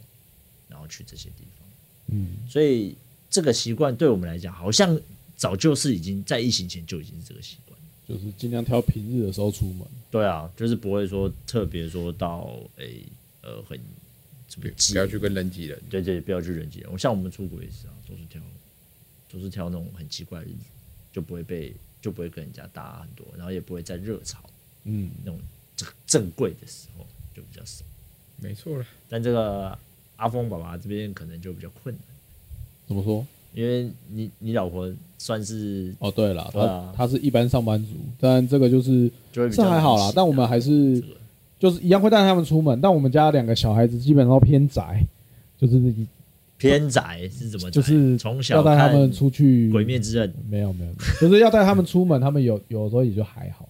Speaker 1: 然后去这些地方。
Speaker 2: 嗯。
Speaker 1: 所以这个习惯对我们来讲，好像早就是已经在疫情前就已经是这个习惯。
Speaker 2: 就是尽量挑平日的时候出门。
Speaker 1: 对啊，就是不会说特别说到诶、呃很怎
Speaker 3: 不
Speaker 1: 么挤
Speaker 3: 不要去跟人挤人。
Speaker 1: 对对，不要去人挤人。像我们出国也是啊，都是挑都是挑那种很奇怪的日子，就不会被就不会跟人家搭很多，然后也不会在热潮
Speaker 2: 嗯，
Speaker 1: 那种正正贵的时候就比较少。
Speaker 3: 没错啦，
Speaker 1: 但这个阿峰爸爸这边可能就比较困难。
Speaker 2: 怎么说？
Speaker 1: 因为你你老婆算是
Speaker 2: 哦，对了，
Speaker 1: 对啊
Speaker 2: 他他是一般上班族，但这个就是
Speaker 1: 就会比
Speaker 2: 这
Speaker 1: 较
Speaker 2: 还好啦
Speaker 1: 难，
Speaker 2: 但我们还是
Speaker 1: 这个
Speaker 2: 就是一样会带他们出门，但我们家两个小孩子基本上都偏宅，就是你
Speaker 1: 偏宅是怎么宅？
Speaker 2: 就是
Speaker 1: 从小
Speaker 2: 要带他们
Speaker 1: 看
Speaker 2: 出去
Speaker 1: 《鬼灭之刃》
Speaker 2: 没有没有，就是要带他们出门，他们有有时候也就还好，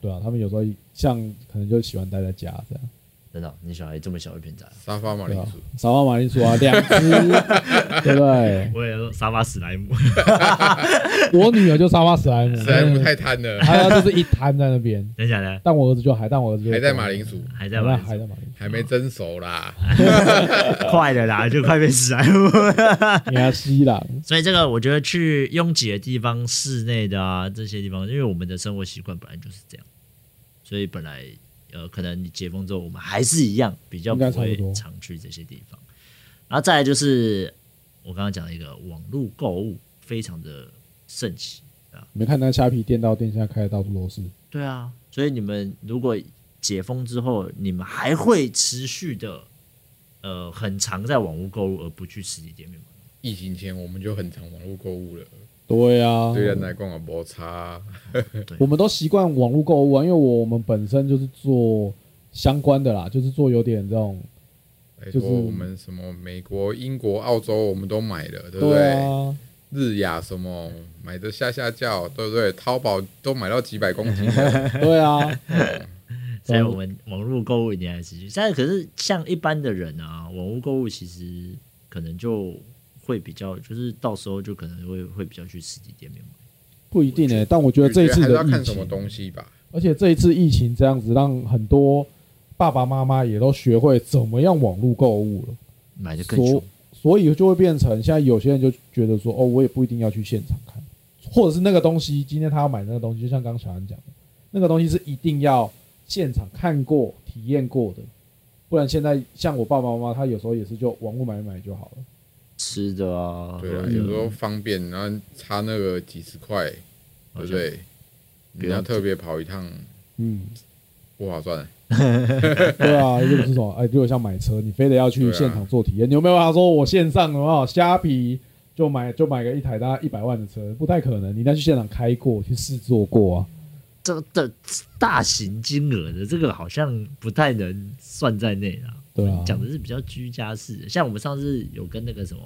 Speaker 2: 对啊，他们有时候像可能就喜欢待在家这样，
Speaker 1: 真的哦，你小孩这么小就偏宅，
Speaker 3: 沙发马铃
Speaker 2: 对啊
Speaker 3: 薯，，
Speaker 2: 傻瓜马铃薯啊，两只，对不对？
Speaker 1: 我也说沙发史莱姆，
Speaker 2: 我女儿就沙发史莱姆，
Speaker 3: 实在不太贪了，
Speaker 2: 她就是一摊在那边，
Speaker 1: 等一下呢，
Speaker 2: 但我儿子就还，但我儿子就
Speaker 3: 还在马铃薯，
Speaker 1: 还在
Speaker 2: 还在
Speaker 1: 玩，
Speaker 2: 还在马铃
Speaker 3: 还没蒸熟啦。
Speaker 1: 快了啦， 就快变史莱姆。
Speaker 2: 薯，你还吸啦，
Speaker 1: 所以这个我觉得去拥挤的地方、室内的啊这些地方，因为我们的生活习惯本来就是这样，所以本来呃，可能你解封之后，我们还是一样比较
Speaker 2: 应该
Speaker 1: 不
Speaker 2: 差不
Speaker 1: 会
Speaker 2: 多
Speaker 1: 常去这些地方。然后再来就是我刚刚讲的一个网络购物非常的盛行，
Speaker 2: 你们看那虾皮店到店现在开的到处都是，
Speaker 1: 对啊，所以你们如果解封之后，你们还会持续的呃很常在网络购物，而不去实体店面吗？
Speaker 3: 疫情前我们就很常网络购物了，
Speaker 2: 对啊，
Speaker 3: 对人来讲啊，摩擦
Speaker 1: 对
Speaker 2: 我们都习惯网络购物啊，因为我们本身就是做相关的啦，就是做有点这种，
Speaker 3: 来
Speaker 2: 就
Speaker 3: 说，
Speaker 2: 是
Speaker 3: 我们什么美国、英国、澳洲我们都买了，对不
Speaker 2: 对
Speaker 3: 对？
Speaker 2: 啊，
Speaker 3: 日亚什么买的下下叫，对不对？淘宝都买到几百公斤 了，
Speaker 2: 对啊，
Speaker 1: 所以我们网络购物一定还是去，但可是像一般的人啊，网络购物其实可能就会比较，就是到时候就可能会会比较去实体店面买。
Speaker 2: 不一定诶、欸但我觉得这一
Speaker 3: 我觉
Speaker 2: 次
Speaker 3: 还是
Speaker 2: 的
Speaker 3: 要
Speaker 2: 疫
Speaker 3: 看什么
Speaker 2: 情，
Speaker 3: 东西吧。
Speaker 2: 而且这一次疫情这样子，让很多爸爸妈妈也都学会怎么样网络购物了，
Speaker 1: 买的更
Speaker 2: 所
Speaker 1: 凶，
Speaker 2: 所以就会变成现在有些人就觉得说，哦，我也不一定要去现场看，或者是那个东西，今天他要买那个东西，就像刚刚小安讲的，那个东西是一定要现场看过、体验过的。不然现在像我爸爸妈妈，他有时候也是就网络买一买就好了。
Speaker 1: 吃的啊，
Speaker 3: 对
Speaker 1: 喝
Speaker 3: 啊，
Speaker 1: 的
Speaker 3: 有时
Speaker 2: 嗯
Speaker 3: 候方便，然后差那个几十块，对不？对？
Speaker 1: 不
Speaker 3: 你
Speaker 1: 用
Speaker 3: 要特别跑一趟
Speaker 2: 嗯，
Speaker 3: 不划算。
Speaker 2: 对啊，又不是什么，哎，如果像买车，你非得要去
Speaker 3: 对啊
Speaker 2: 现场做体验，你有没有办法说我线上的话，虾皮就买就买个一台大概一百万的车，不太可能，你一定要去现场开过，去试坐过啊。
Speaker 1: 这的大型金额的这个好像不太能算在内啦。
Speaker 2: 对啊，
Speaker 1: 讲的是比较居家式的，像我们上次有跟那个什么，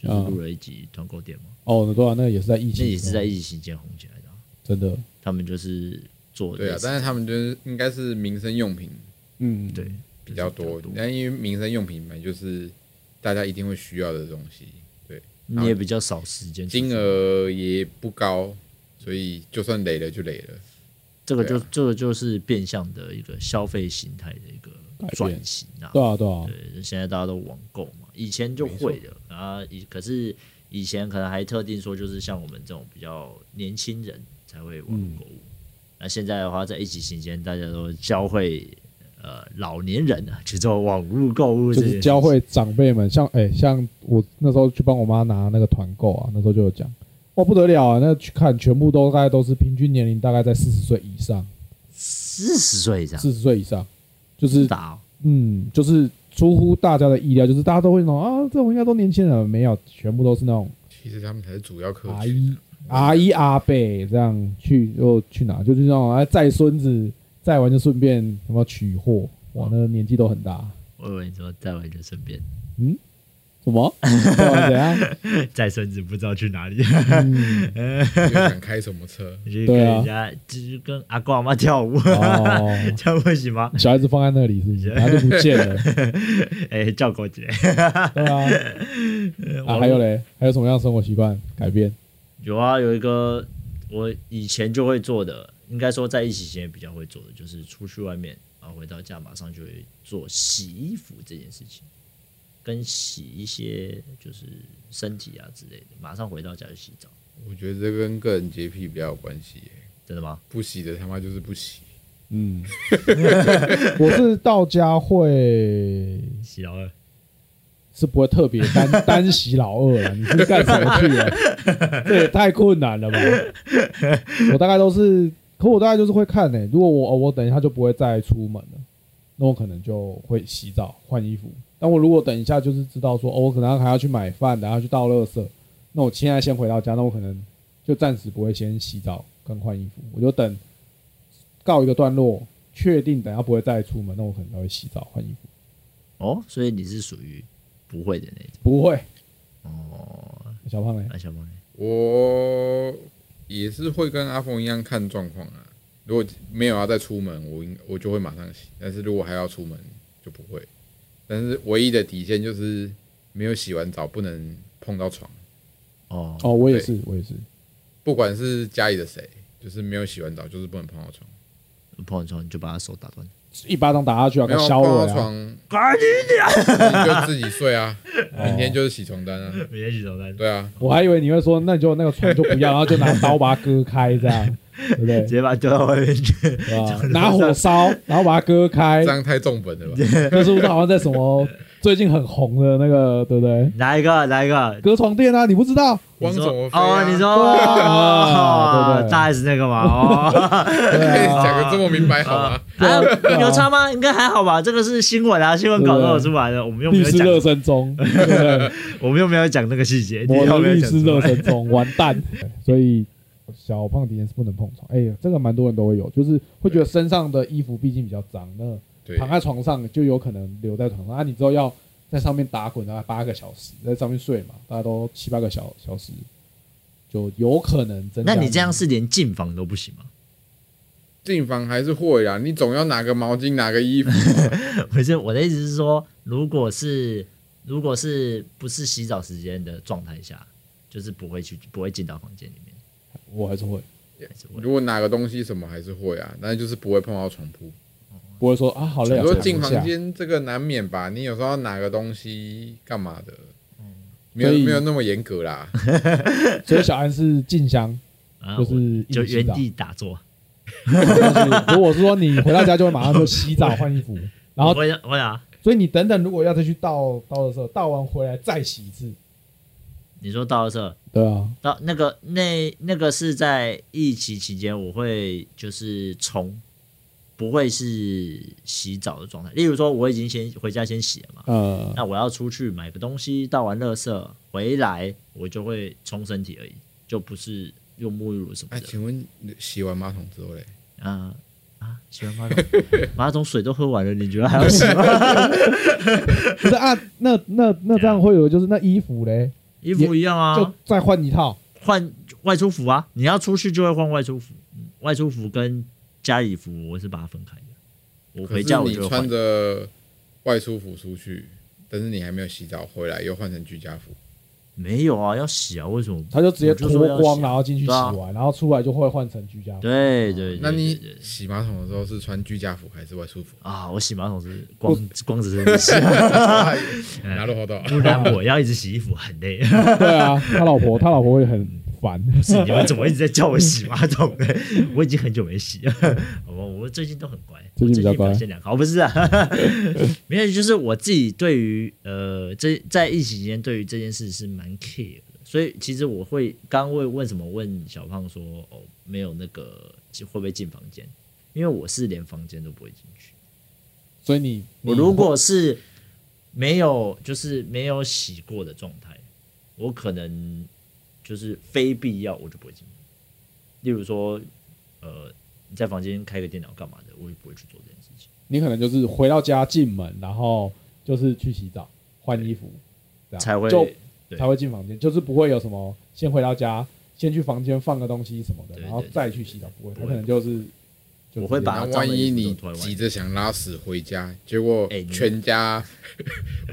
Speaker 1: 就是
Speaker 2: 啊
Speaker 1: 录了一集团购店嘛，
Speaker 2: 哦，对啊，那个也是在疫
Speaker 1: 那
Speaker 2: 情，
Speaker 1: 也是在疫情期间红起来的啊、
Speaker 2: 真的，
Speaker 1: 他们就是做
Speaker 3: 对啊
Speaker 1: 类，似
Speaker 3: 但是他们就是应该是民生用品
Speaker 2: 嗯，
Speaker 1: 对
Speaker 3: 比较多，那因为民生用品嘛，就是大家一定会需要的东西，
Speaker 1: 你也比较少时间出去，
Speaker 3: 金额也不高，所以就算累了就累了。
Speaker 1: 这个就、
Speaker 3: 对啊
Speaker 1: 这个就是变相的一个消费形态的一个
Speaker 2: 改变
Speaker 1: 转型啊。
Speaker 2: 对啊，对啊，
Speaker 1: 对，现在大家都网购嘛，以前就会的啊，以可是以前可能还特定说，就是像我们这种比较年轻人才会网
Speaker 2: 嗯
Speaker 1: 购物。那现在的话，在疫情期间，大家都教会呃老年人啊 去做网络购物这件
Speaker 2: 就
Speaker 1: 事
Speaker 2: 是
Speaker 1: 情，
Speaker 2: 教会长辈们，像哎、像我那时候去帮我妈拿那个团购啊，那时候就有讲，哇不得了啊，那去看全部都大概都是平均年龄大概在四十岁以上，
Speaker 1: 四十岁以上，
Speaker 2: 四十岁以上，就是
Speaker 1: 打哦
Speaker 2: 嗯，就是出乎大家的意料，就是大家都会那种啊，这种应该都年轻人，没有，全部都是那种
Speaker 3: 其实他们才是主要客
Speaker 2: 阿
Speaker 3: 群。
Speaker 2: 姨、阿姨、阿伯这样去又去哪，就是那种哎载孙子，载完就顺便什么取货，哇，那个年纪都很大。
Speaker 1: 我以为你说再玩就顺便
Speaker 2: 什么？不然啊怎样？
Speaker 1: 再孙子不知道去哪里，
Speaker 2: 嗯，
Speaker 3: 又想开什么车？
Speaker 1: 就是跟
Speaker 2: 对啊
Speaker 1: 人家、就是跟阿公阿妈跳舞，
Speaker 2: 哦，
Speaker 1: 这样不行吗？
Speaker 2: 小孩子放在那里是不是？然后就不见了。
Speaker 1: 哎、叫狗姐，
Speaker 2: 对啊，啊，还有嘞，还有什么样的生活习惯改变？
Speaker 1: 有啊，有一个我以前就会做的，应该说在疫情前也比较会做的，就是出去外面，然后回到家马上就会做洗衣服这件事情，跟洗一些就是身体啊之类的，马上回到家就洗澡，
Speaker 3: 我觉得这跟个人洁癖比较有关系耶，
Speaker 1: 真的吗？
Speaker 3: 不洗的他妈就是不洗。
Speaker 2: 嗯，我是到家会
Speaker 1: 洗到了，
Speaker 2: 是不会特别单 单洗老二了，你是干什么去了？这也太困难了吧！我大概都是，可我大概就是会看呢、如果我哦我等一下就不会再出门了，那我可能就会洗澡换衣服。但我如果等一下就是知道说哦，我可能还要去买饭，然后去倒垃圾，那我现在先回到家，那我可能就暂时不会先洗澡跟换衣服，我就等告一个段落，确定等下不会再出门，那我可能才会洗澡换衣服。
Speaker 1: 哦，所以你是属于不会的那种
Speaker 2: 不会，
Speaker 1: 哦。
Speaker 2: 小胖嘞，
Speaker 1: 那小猫呢，
Speaker 3: 我也是会跟阿峰一样看状况啊。如果没有要再出门，我应我就会马上洗；但是如果还要出门，就不会。但是唯一的底线就是没有洗完澡不能碰到床，
Speaker 1: 哦
Speaker 2: 哦，我也是，我也是，
Speaker 3: 不管是家里的谁，就是没有洗完澡就是不能碰到床。
Speaker 1: 碰完之后你就把他手打断，
Speaker 2: 一巴掌打下去啊，
Speaker 3: 没
Speaker 2: 给
Speaker 3: 有
Speaker 2: 削
Speaker 3: 碰
Speaker 2: 了
Speaker 3: 到
Speaker 2: 啊！
Speaker 3: 床，
Speaker 1: 赶紧
Speaker 3: 那你就自己睡 啊。
Speaker 1: 哦
Speaker 3: 明天就是洗床单啊。
Speaker 1: 明天洗手间，
Speaker 3: 对啊，
Speaker 2: 我还以为你会说，那你就那个床就不要，然后就 拿刀把它割开，这样，对不对
Speaker 1: 直？接把它丢到外面去。
Speaker 2: 对吧？拿火 烧，然后把它割开
Speaker 3: 这，样太重本 了吧？
Speaker 2: 那是不是好像在什 么最近很红的那个，对不对？
Speaker 1: 哪一个？啊哪一个？
Speaker 2: 隔床垫啊，你不知道？
Speaker 3: 汪
Speaker 1: 你说
Speaker 3: 总，
Speaker 1: 哦，你说
Speaker 2: 啊 对啊
Speaker 1: 哦
Speaker 2: 对对
Speaker 1: 大 S 那个嘛？哦，
Speaker 2: 对
Speaker 3: 可以
Speaker 2: 啊，
Speaker 3: 讲个这么明白好吗？
Speaker 2: 对啊
Speaker 1: 啊
Speaker 2: 对啊
Speaker 1: 有差吗？应该还好吧。这个是新闻啊，新闻稿都有出来的，我们又没
Speaker 2: 啊律
Speaker 1: 有
Speaker 2: 师
Speaker 1: 讲，
Speaker 2: 热身 中，对不对？
Speaker 1: 我们又没有讲那个细节，你又
Speaker 2: 我的
Speaker 1: 没有
Speaker 2: 律
Speaker 1: 讲
Speaker 2: 师
Speaker 1: 出
Speaker 2: 热
Speaker 1: 来。
Speaker 2: 身中，完蛋。所以小胖敌人是不能碰床。哎、这个蛮多人都会有，就是会觉得身上的衣服毕竟比较脏，那
Speaker 3: 对，
Speaker 1: 啊
Speaker 2: 躺在床上就有可能留在床上。啊，你之后要在上面打滚大概八个小时，在上面睡嘛，大家都七八个小小时，就有可能增加。
Speaker 1: 那你这样是连进房都不行吗？
Speaker 3: 进房还是会啦，你总要拿个毛巾，拿 个衣服嘛。
Speaker 1: 不是我的意思是说，如果是如果是不是洗澡时间的状态下，就是不会去不会进到房间里面，
Speaker 2: 我还是会
Speaker 1: 还是会
Speaker 3: 如果拿个东西什么还是会啊，但就是不会碰到床铺。
Speaker 2: 不会说啊，好累
Speaker 3: 你
Speaker 2: 啊，
Speaker 3: 说
Speaker 2: 躺一
Speaker 3: 进
Speaker 2: 下
Speaker 3: 房间这个难免吧，你有时候要拿个东西干嘛的，
Speaker 2: 嗯
Speaker 3: 没
Speaker 2: 所
Speaker 3: 有
Speaker 2: 以
Speaker 3: 没有那么严格啦。
Speaker 2: 所以小安是静香，
Speaker 1: 啊
Speaker 2: 就是
Speaker 1: 我
Speaker 2: 一
Speaker 1: 就
Speaker 2: 直洗
Speaker 1: 原
Speaker 2: 澡。
Speaker 1: 地打坐。
Speaker 2: 就是如果是说你回到家就会马上就洗澡换衣 服，然后
Speaker 1: 我想我想啊，
Speaker 2: 所以你等等如果要再去倒倒的时候，倒完回来再洗一次。
Speaker 1: 你说到的时候，
Speaker 2: 对啊，
Speaker 1: 到那个那那个是在疫情期间，我会就是冲，不会是洗澡的状态。例如说，我已经先回家先洗了嘛，
Speaker 2: 呃，
Speaker 1: 那我要出去买个东西，倒完垃圾回来，我就会冲身体而已，就不是用沐浴乳什么
Speaker 3: 哎，
Speaker 1: 的。
Speaker 3: 请问你洗完马桶之后嘞？
Speaker 1: 啊啊，洗完马桶，马桶水都喝完了，你觉得还要洗吗？
Speaker 2: 不是啊，那那那这样会有就是那衣服嘞，
Speaker 1: 衣服一样
Speaker 2: 就
Speaker 1: 啊，
Speaker 2: 再换一套。
Speaker 1: 换外出服啊，你要出去就会换外出服，嗯外出服跟家里服我是把它分开的。我
Speaker 3: 可
Speaker 1: 回
Speaker 3: 是
Speaker 1: 家我
Speaker 3: 你
Speaker 1: 就会
Speaker 3: 穿
Speaker 1: 换，
Speaker 3: 着外出服出去，但是你还没有洗澡，回来又换成居家服，
Speaker 1: 没有啊，要洗啊，为什么？
Speaker 3: 哦
Speaker 2: 他就直接脱
Speaker 1: 我就说要
Speaker 2: 光，
Speaker 1: 洗
Speaker 2: 然后进去洗
Speaker 1: 对啊
Speaker 2: 完，然后出来就会换成居家服。
Speaker 1: 对对对，
Speaker 3: 那你
Speaker 1: 对对对
Speaker 3: 洗马桶的时候是穿居家服还是外 出服？
Speaker 1: 啊，我洗马桶是光光子是洗，
Speaker 3: 拿了 好到
Speaker 1: 不然我要一直洗衣服很累。
Speaker 2: 对啊，他老婆他老婆会很烦。
Speaker 1: 不是你们怎么一直在叫我洗马桶？ 我已经很久没洗了， 好吧，我最近都很乖，
Speaker 2: 最近比较乖
Speaker 1: 我表现良好，不是啊？ 没有，就是我自己对于呃这在疫情期间对于这件事是蛮 care 的，所以其实我会刚为为什么问小胖说哦没有那个会不会进房间，因为我是连房间都不会进去，
Speaker 2: 所以你
Speaker 1: 我如果是没有就是没有洗过的状态，我可能就是非必要我就不会进去。例如说，呃，你在房间开个电脑干嘛的，我也不会去做这件事情。
Speaker 2: 你可能就是回到家进门，然后就是去洗澡换衣服，这样
Speaker 1: 才会
Speaker 2: 啊就
Speaker 1: 对
Speaker 2: 才会进房间，就是不会有什么先回到家，先去房间放个东西什么的，
Speaker 1: 对
Speaker 2: 然后
Speaker 1: 对对
Speaker 2: 再去洗澡，不会，
Speaker 1: 不
Speaker 2: 他
Speaker 1: 会
Speaker 2: 可能就是就
Speaker 1: 我会
Speaker 2: 直接
Speaker 1: 把
Speaker 3: 那
Speaker 1: 它
Speaker 3: 万一你
Speaker 1: 脏的衣服都脱完
Speaker 3: 急着想拉屎回家，结果
Speaker 1: 哎你
Speaker 3: 全家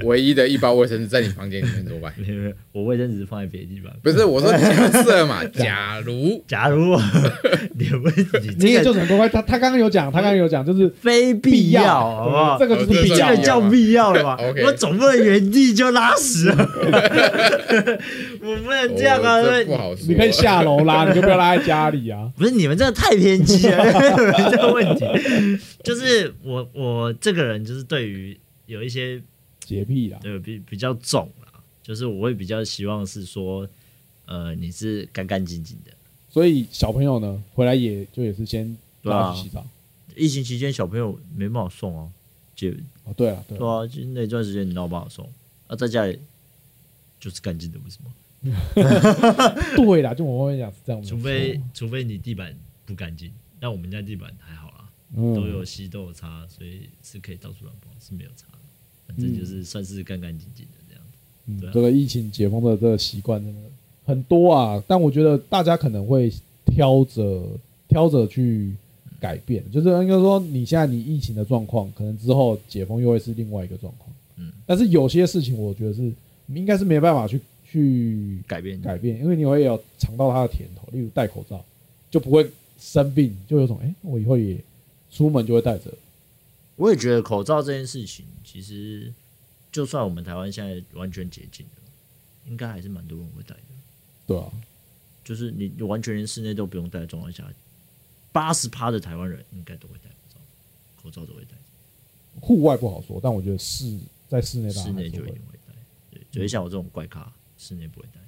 Speaker 3: 唯一的一包卫生纸在你房间里面怎么办？
Speaker 1: 没有没有，我卫生纸放在别的地方。
Speaker 3: 不是我说假 设嘛，假如
Speaker 1: 假如你问你
Speaker 2: 你也
Speaker 1: 这
Speaker 2: 就
Speaker 1: 个
Speaker 2: 是很乖乖，他他刚刚有讲，他刚刚有讲就是
Speaker 1: 非必要，好不好
Speaker 2: 嗯这？个就是
Speaker 3: 哦
Speaker 1: 你
Speaker 2: 必
Speaker 3: 这
Speaker 1: 这
Speaker 2: 要
Speaker 1: 个
Speaker 3: 算
Speaker 1: 叫必要了吧
Speaker 3: OK
Speaker 1: 我总不能原地就拉屎啊， 我不能这样啊！
Speaker 3: 哦
Speaker 1: 对
Speaker 3: 这不好说，
Speaker 2: 你可以下楼拉，你就不要拉在家里啊。
Speaker 1: 不是你们真的太偏激 了，有人这个问题，就是我我这个人就是对于有一些
Speaker 2: 洁癖啊，
Speaker 1: 呃比比较重啦，就是我会比较希望是说，呃你是干干净净的。
Speaker 2: 所以小朋友呢回来也就也是先
Speaker 1: 对啊
Speaker 2: 拉去洗澡。
Speaker 1: 疫情期间小朋友没办法送哦、就
Speaker 2: 哦，对了，对
Speaker 1: 对啊
Speaker 2: 了，
Speaker 1: 啊，就那段时间你闹不好送啊，在家里就是干净的，为什么？
Speaker 2: 对啦，就我外面讲是这样，
Speaker 1: 除
Speaker 2: 没
Speaker 1: 非
Speaker 2: 错
Speaker 1: 除非你地板不干净，但我们家地板还好啦，
Speaker 2: 嗯
Speaker 1: 都有吸都有擦，所以是可以到处乱跑，是没有擦的。反正就是算是干干净净的这样。
Speaker 2: 嗯
Speaker 1: 对啊
Speaker 2: 这个疫情解封的这个习惯真的很多啊，但我觉得大家可能会挑着挑着去改变，就是应该说你现在你疫情的状况，可能之后解封又会是另外一个状况。
Speaker 1: 嗯，
Speaker 2: 但是有些事情我觉得是应该是没办法去去
Speaker 1: 改变
Speaker 2: 改变，因为你会有尝到它的甜头，例如戴口罩就不会生病，就有种哎、诶我以后也出门就会戴着。
Speaker 1: 我也觉得口罩这件事情，其实就算我们台湾现在完全解禁了，应该还是蛮多人会戴的。
Speaker 2: 对啊，
Speaker 1: 就是你你完全连室内都不用戴的状况下，八十趴的台湾人应该都会戴口罩，口罩都会戴，
Speaker 2: 户外不好说，但我觉得室在室内大家
Speaker 1: 室
Speaker 2: 还
Speaker 1: 内
Speaker 2: 是
Speaker 1: 就一
Speaker 2: 会
Speaker 1: 定会戴。对，只是像我这种怪咖，室内不会戴。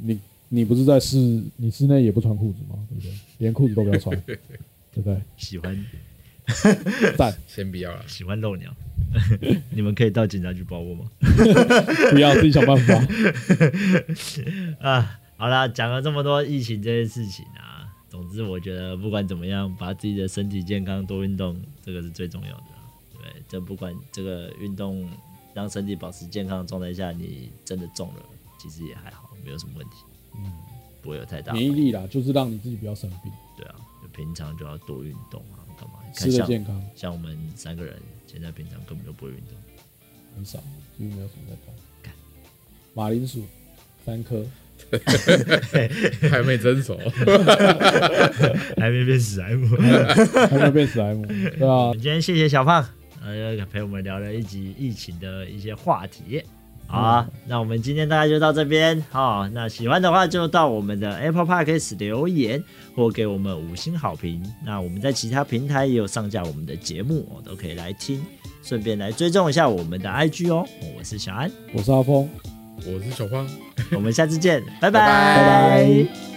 Speaker 2: 你你不是在室你室内也不穿裤子吗？对不对？连裤子都不要穿，对不对？
Speaker 1: 喜欢
Speaker 2: 赞，
Speaker 3: 先不要了，
Speaker 1: 喜欢 露鸟，你们可以到警察局报我吗？
Speaker 2: 不要自己想办法。
Speaker 1: 啊，好啦，讲了这么多疫情这件事情啊，总之我觉得不管怎么样，把自己的身体健康，多运动，这个是最重要的啊。对，这不管这个运动让身体保持健康的状态下，你真的中了，其实也还好，没有什么问题，嗯，不会有太大
Speaker 2: 免疫力啦，就是让你自己不要生病，
Speaker 1: 对啊，就平常就要多运动啊，干嘛？你看
Speaker 2: 吃的
Speaker 1: 像
Speaker 2: 健康
Speaker 1: 像我们三个人，现在平常根本就不会运动，
Speaker 2: 很少，几乎没有什么在
Speaker 1: 干
Speaker 2: 干。马铃薯三颗，
Speaker 3: 还没 蒸熟，
Speaker 1: 还没变史莱姆。
Speaker 2: 还没有变史莱姆，对啊
Speaker 1: 我，们今天谢谢小胖，呃，陪我们聊了一集疫情的一些话题。好啊，那我们今天大概就到这边哦。那喜欢的话就到我们的 Apple Podcast 留言或给我们五星好评。那我们在其他平台也有上架我们的节目哦，都可以来听，顺便来追踪一下我们的 IG 哦。我是小安，
Speaker 2: 我是阿峰，
Speaker 3: 我是小胖。
Speaker 1: 我们下次见，拜
Speaker 2: 拜
Speaker 3: 拜
Speaker 1: 拜
Speaker 2: 拜。